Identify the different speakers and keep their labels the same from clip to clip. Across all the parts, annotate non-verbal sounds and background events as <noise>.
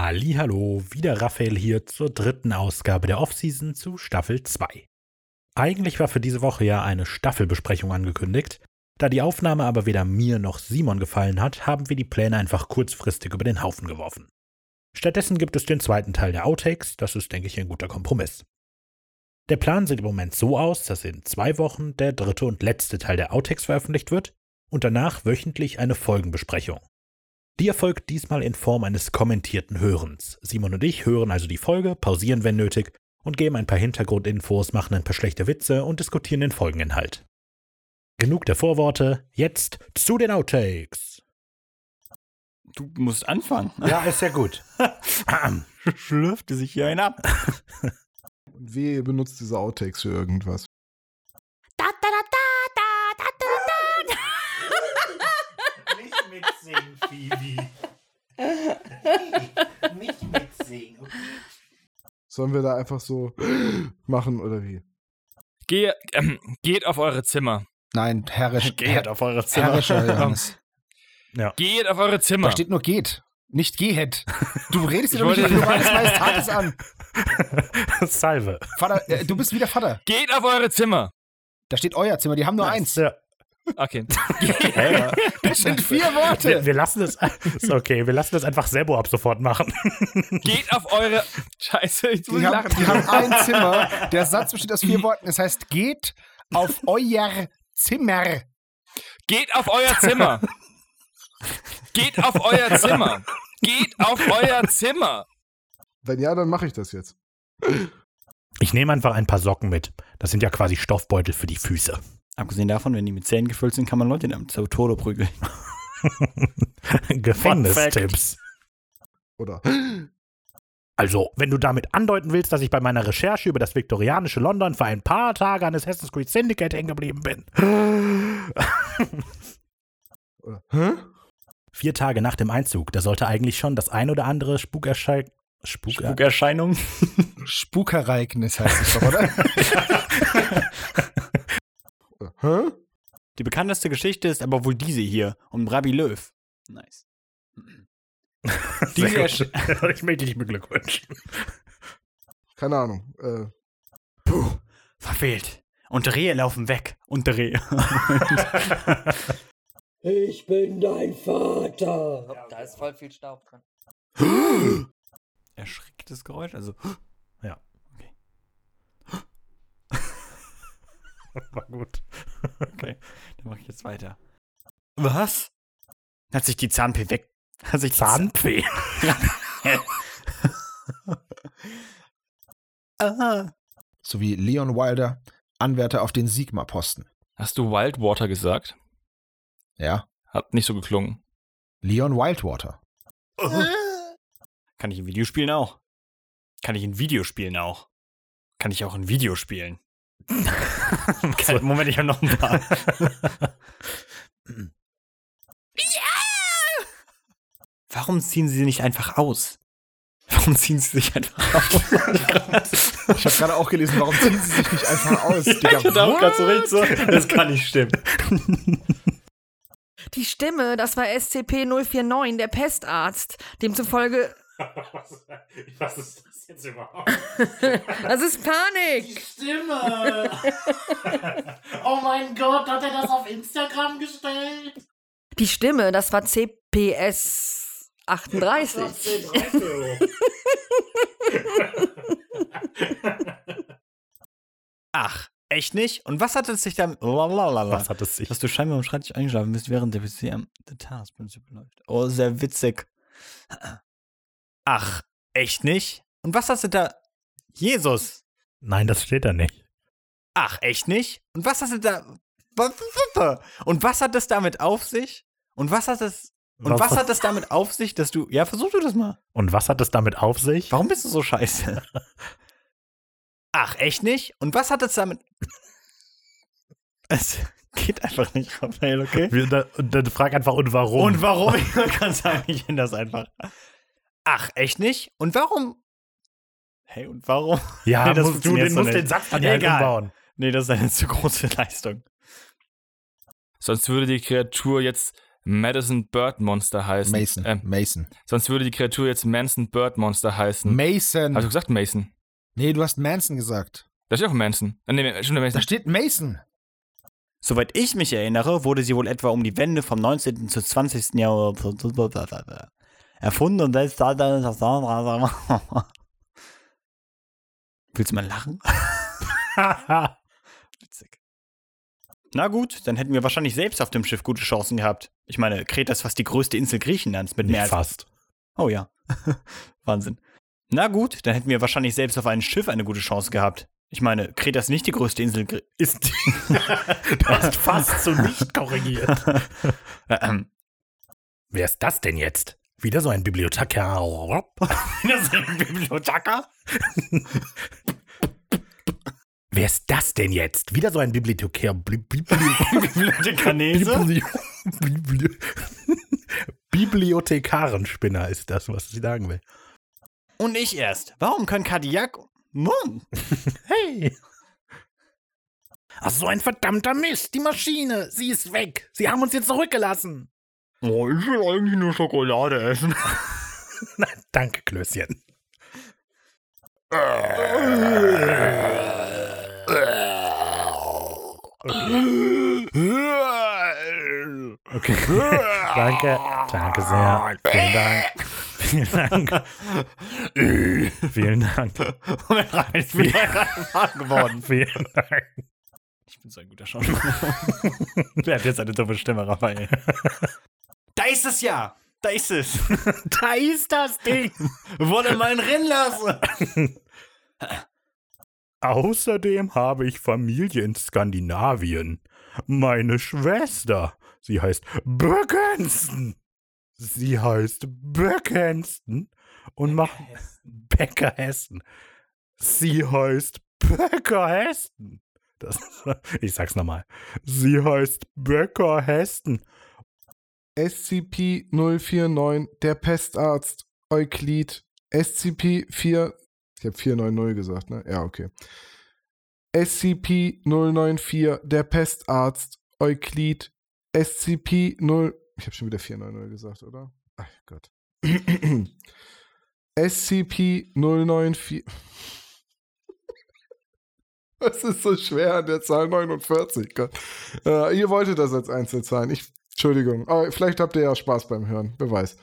Speaker 1: Hallo, wieder Raphael hier zur dritten Ausgabe der Offseason zu Staffel 2. Eigentlich war für diese Woche ja eine Staffelbesprechung angekündigt. Da die Aufnahme aber weder mir noch Simon gefallen hat, haben wir die Pläne einfach kurzfristig über den Haufen geworfen. Stattdessen gibt es den zweiten Teil der Outtakes, das ist, denke ich, ein guter Kompromiss. Der Plan sieht im Moment so aus, dass in zwei Wochen der dritte und letzte Teil der Outtakes veröffentlicht wird und danach wöchentlich eine Folgenbesprechung. Die erfolgt diesmal in Form eines kommentierten Hörens. Simon und ich hören also die Folge, pausieren, wenn nötig, und geben ein paar Hintergrundinfos, machen ein paar schlechte Witze und diskutieren den Folgeninhalt. Genug der Vorworte, jetzt zu den Outtakes.
Speaker 2: Du musst <laughs> anfangen.
Speaker 1: Ja, ist ja <laughs> gut.
Speaker 2: Schlürfte sich hier einer ab.
Speaker 3: Und wehe, benutzt diese Outtakes für irgendwas.
Speaker 4: Da, da, da, da, da, da, da, da.
Speaker 5: Nicht mitsingen, Phoebe. Nicht mitsingen, okay?
Speaker 3: Sollen wir da einfach so <gasps> machen oder wie?
Speaker 6: Geh, ähm, geht auf eure Zimmer.
Speaker 7: Nein, herrisch.
Speaker 1: <laughs> Geht auf eure
Speaker 7: her-
Speaker 1: Zimmer. <laughs>
Speaker 7: herrischer Johannes.
Speaker 6: Geht auf eure Zimmer.
Speaker 7: Da steht nur geht, nicht gehet. Du redest dir
Speaker 6: Ich
Speaker 7: doch
Speaker 6: wollte-
Speaker 7: nicht die
Speaker 1: <laughs>
Speaker 7: Global des Majestates an.
Speaker 1: Salve.
Speaker 7: Vater, äh, du bist wieder Vater.
Speaker 6: Geht auf eure Zimmer.
Speaker 7: Da steht euer Zimmer, die haben nur eins.
Speaker 1: Ja.
Speaker 7: <laughs>
Speaker 6: Okay.
Speaker 7: Das sind vier
Speaker 1: Wir,
Speaker 7: Worte.
Speaker 1: wir lassen das. <laughs> Ist okay, wir lassen das einfach Sebo ab sofort machen.
Speaker 6: Geht auf eure. Scheiße, ich muss
Speaker 7: Die haben,
Speaker 6: lachen.
Speaker 7: die haben ein Zimmer. Der Satz besteht aus vier Worten. Es heißt geht auf euer Zimmer.
Speaker 6: Geht auf euer Zimmer. Geht auf euer Zimmer. Geht auf euer Zimmer.
Speaker 3: Wenn ja, dann mache ich das jetzt.
Speaker 1: Ich nehme einfach ein paar Socken mit. Das sind ja quasi Stoffbeutel für die Füße. <laughs>
Speaker 2: Abgesehen davon, wenn die mit Zähnen gefüllt sind, kann man Leute damit zu Tode prügeln.
Speaker 1: Gefängnistipps.
Speaker 3: Oder <gasps>
Speaker 1: Also, wenn du damit andeuten willst, dass ich bei meiner Recherche über das viktorianische London für ein paar Tage an Assassin's Creed Syndicate hängen geblieben <gasps> bin.
Speaker 3: oder. Hä?
Speaker 1: Vier Tage nach dem Einzug, da sollte eigentlich schon das ein oder andere Spukerschein. Spuk
Speaker 2: Spukerscheinung.
Speaker 7: Spukereignis heißt es
Speaker 1: <laughs>
Speaker 7: doch, oder?
Speaker 3: oder Hä?
Speaker 2: Die bekannteste Geschichte ist aber wohl diese hier, um Rabbi Löw. <laughs> Nice. Diese Ersch-
Speaker 1: ich möchte dich beglückwünschen.
Speaker 3: Keine Ahnung. Äh,
Speaker 2: Puh, verfehlt. Und Rehe laufen weg. Und Rehe.
Speaker 8: Ich bin dein Vater. da ist voll viel Staub drin.
Speaker 2: Erschrecktes Geräusch, also. <gasps> <laughs>
Speaker 1: War gut.
Speaker 2: <laughs> Okay, dann mache ich jetzt weiter. Was? Hat sich die Zahnpee weg. Hat sich die
Speaker 1: Zahnpfeh.
Speaker 2: <laughs> Ah.
Speaker 7: So wie Leon Wilder, Anwärter auf den Sigma-Posten.
Speaker 6: Hast du Wildwater gesagt?
Speaker 7: Ja,
Speaker 6: Hat nicht so geklungen.
Speaker 7: Leon Wildwater.
Speaker 2: Kann ich in Videospielen auch? Kann ich in Videospielen auch? Kann ich auch in <laughs> Videospielen? Kein, Moment, ich habe noch ein <laughs> paar. Warum ziehen sie nicht einfach aus? Warum ziehen sie sich <laughs> einfach aus? <laughs>
Speaker 7: Ich habe gerade auch gelesen, warum ziehen sie sich nicht einfach aus?
Speaker 2: ich hatte auch gerade so richtig so, das kann nicht <laughs> stimmen.
Speaker 9: Die Stimme, das war SCP-049, der Pestarzt, demzufolge.
Speaker 5: Was ist das jetzt überhaupt?
Speaker 9: Das ist
Speaker 5: Die
Speaker 9: Panik!
Speaker 5: Stimme! <laughs> oh mein Gott, hat er das auf Instagram gestellt?
Speaker 9: Die Stimme, das war CPS 38.
Speaker 2: <laughs> Ach, echt nicht? Und was hat es sich dann. Lalalala.
Speaker 1: Was hat es sich?
Speaker 2: Dass du scheinbar am Schreibtisch eingeschlafen bist, während der PC am Detailsprinzip läuft. Oh, sehr witzig. Ach, echt nicht? Und was hast du da? Jesus!
Speaker 1: Nein, das steht da nicht.
Speaker 2: Ach, echt nicht? Und was hast du da? Und was hat das damit auf sich? Und was hat das. Und was hat das damit auf sich, dass du. Ja, versuch du das mal.
Speaker 1: und was hat es damit auf sich?
Speaker 2: Warum bist du so scheiße? Ach, echt nicht? Und was hat das damit. <laughs> Es geht einfach nicht, Raphael, okay?
Speaker 1: Wir, da, und dann frag einfach und warum.
Speaker 2: Und warum? <laughs> Ich kann sagen, ich kenne das einfach. Ach, echt nicht? Und warum? Hey, und warum? <laughs>
Speaker 1: ja,
Speaker 2: Nee, das
Speaker 1: musst du
Speaker 2: funktioniert
Speaker 1: den,
Speaker 2: so
Speaker 1: musst
Speaker 2: nicht.
Speaker 1: den Satz dann halt
Speaker 2: Egal.
Speaker 1: umbauen.
Speaker 2: Nee, das ist eine zu große Leistung.
Speaker 6: Sonst würde die Kreatur jetzt Madison Bird Monster heißen.
Speaker 7: Mason.
Speaker 6: Ähm,
Speaker 7: Mason.
Speaker 6: sonst würde die Kreatur jetzt Manson Bird Monster
Speaker 1: hm.
Speaker 6: heißen.
Speaker 1: Also
Speaker 7: Mason.
Speaker 6: Hast du gesagt Mason?
Speaker 7: nee, du hast Manson gesagt.
Speaker 6: Da steht auch Manson. Äh, Nee, schon
Speaker 7: Da
Speaker 6: Mason.
Speaker 7: steht Mason.
Speaker 2: Soweit ich mich erinnere, wurde sie wohl etwa um die Wende vom 19. zu 20. Jahrhundert erfunden und selbst da dann Willst du mal lachen? Witzig. Na gut, dann hätten wir wahrscheinlich selbst auf dem Schiff gute Chancen gehabt. Ich meine, Kreta ist fast die größte Insel Griechenlands mit
Speaker 1: Nicht
Speaker 2: mehr als
Speaker 1: fast.
Speaker 2: Oh ja. <laughs> Wahnsinn. Na gut, dann hätten wir wahrscheinlich selbst auf einem Schiff eine gute Chance gehabt. Ich meine, Kreta ist nicht die größte Insel. Gr- Ist
Speaker 1: <laughs> Du hast fast zu nicht korrigiert.
Speaker 2: Ahem. <laughs>
Speaker 1: Wer ist das denn jetzt? Wieder so ein Bibliothekar. <laughs>
Speaker 2: das ist ein Bibliothekar?
Speaker 1: Wer ist das denn jetzt? Wieder so ein Bibliothekar. Bli- bli-
Speaker 2: Bibliothekanese?
Speaker 1: Biblio- Biblio- <laughs> Bibliothekarenspinner ist das, was sie sagen will.
Speaker 2: Und ich erst. Warum können Kardiak. <laughs> Mann!
Speaker 1: Hey! Ach, so ein verdammter Mist. Die Maschine. Sie ist weg. Sie haben uns jetzt zurückgelassen.
Speaker 2: Oh, ich will eigentlich nur Schokolade
Speaker 1: <laughs>
Speaker 2: essen.
Speaker 1: Na, danke, Klößchen. Okay. <laughs> danke. Danke sehr. Vielen Dank. Vielen Dank.
Speaker 2: <laughs>
Speaker 1: Vielen Dank.
Speaker 2: ich bin warm
Speaker 1: <laughs>
Speaker 2: geworden.
Speaker 1: Vielen Dank.
Speaker 2: Ich bin so ein guter <laughs> Schauspieler. Wer hat jetzt eine dumme Stimme, Raphael? Da ist es ja! Da ist es! <laughs> da ist das Ding! Wurde mein Rinn lassen!
Speaker 1: Außerdem habe ich Familie in Skandinavien. Meine Schwester, sie heißt Böckensten. Sie heißt Böckensten und macht Bäcker Hessen. Sie heißt Bäcker Hessen. Das, <laughs> ich sag's nochmal. Sie heißt Böcker Hessen.
Speaker 3: SCP-049, der Pestarzt, Euklid, SCP-4, ich habe 490 gesagt, ne? Ja, okay. SCP-094, der Pestarzt, Euklid, SCP-0, ich habe schon wieder 490 gesagt, oder? Ach Gott. <clears throat> <laughs> SCP-094, was ist so schwer an der Zahl 49? Gott. Äh, ihr wolltet das als Einzelzahlen. Ich Entschuldigung, aber vielleicht habt ihr ja Spaß beim Hören, wer weiß.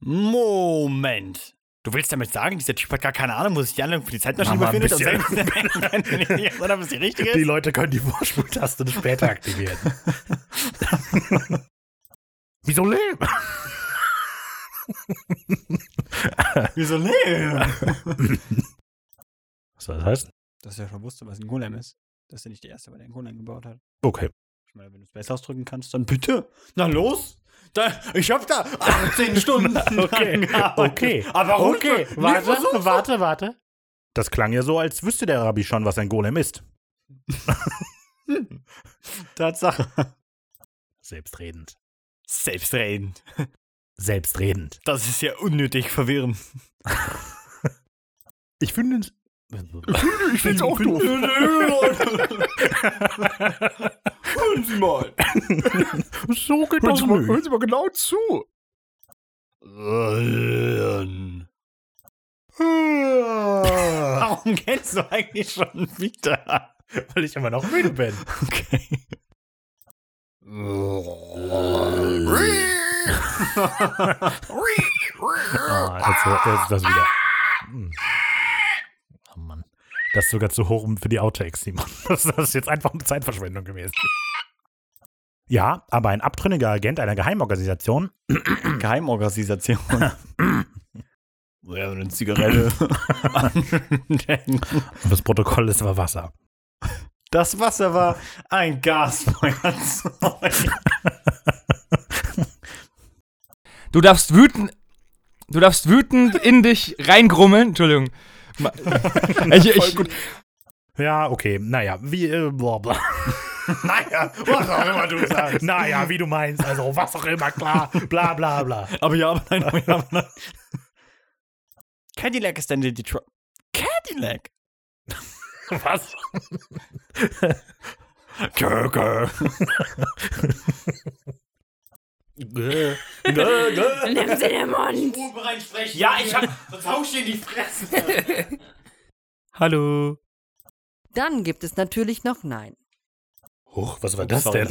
Speaker 2: Moment. Du willst damit sagen, dieser Typ hat gar keine Ahnung, wo sich die Anleitung für die Zeitmaschine
Speaker 1: Mach mal ein
Speaker 2: befindet und selbst <laughs> nein, nein, nein, sondern was die richtige
Speaker 1: Die
Speaker 2: ist?
Speaker 1: Leute können die Vorspultaste später aktivieren.
Speaker 2: <laughs>
Speaker 1: Wieso leben?
Speaker 2: Wieso nee?
Speaker 1: Was soll das heißen?
Speaker 2: Dass er schon wusste, was ein Golem ist. Dass er nicht der Erste war, der einen Golem gebaut hat.
Speaker 1: Okay.
Speaker 2: Ich meine, wenn du es besser ausdrücken kannst, dann bitte. Na los! Da, ich hab da 18 <laughs> Stunden.
Speaker 1: <laughs>
Speaker 2: lang gearbeitet.
Speaker 1: Okay.
Speaker 2: Aber warum?
Speaker 1: Okay.
Speaker 2: Nee,
Speaker 1: Warte,
Speaker 2: versuch's.
Speaker 1: warte, warte. Das klang ja so, als wüsste der Rabbi schon, was ein Golem ist.
Speaker 2: Tatsache.
Speaker 1: Selbstredend.
Speaker 2: Selbstredend.
Speaker 1: Selbstredend.
Speaker 2: Das ist ja unnötig verwirrend.
Speaker 1: Ich finde es.
Speaker 7: Ich find's auch
Speaker 2: <laughs>
Speaker 7: doof.
Speaker 2: Hören Sie mal.
Speaker 1: so geht
Speaker 7: Hören
Speaker 1: das
Speaker 7: Sie, mal, hören
Speaker 1: nicht.
Speaker 7: Sie mal genau zu.
Speaker 2: <laughs> Warum kennst du eigentlich schon wieder?
Speaker 1: Weil ich immer noch müde <laughs> bin.
Speaker 2: Okay.
Speaker 1: Ah, jetzt, jetzt ist das wieder. Hm. Oh Mann. Das ist sogar zu hoch um für die Outtakes, Simon. <laughs> Das ist jetzt einfach eine Zeitverschwendung gewesen. Ja, aber ein abtrünniger Agent einer Geheimorganisation
Speaker 2: Geheimorganisation. Ja, eine <laughs> Zigarette.
Speaker 1: Und das Protokoll ist war Wasser.
Speaker 2: das Wasser war ein Gasfeuerzeug.
Speaker 6: Du darfst wütend. Du darfst wütend in dich reingrummeln. Entschuldigung. Ma- <laughs> Ich, ich,
Speaker 1: Ja, okay. Naja, wie äh, bla bla.
Speaker 2: <laughs> naja, was auch immer du sagst.
Speaker 1: Naja, wie du meinst, also was auch immer, klar, bla bla bla.
Speaker 2: Aber ja, aber nein, aber ja, aber nein. Cadillac ist dann die Detroit. <laughs> Cadillac?
Speaker 1: Was?
Speaker 2: Köke. Gäh, gäh, gäh.
Speaker 9: Nimm sie in den Mund.
Speaker 5: Ruhe reinsprechen.
Speaker 2: Ja, ich hab.
Speaker 5: Sonst hau ich dir in die Fresse.
Speaker 2: Hallo.
Speaker 9: Dann gibt es natürlich noch Nein.
Speaker 1: Huch, was war das denn?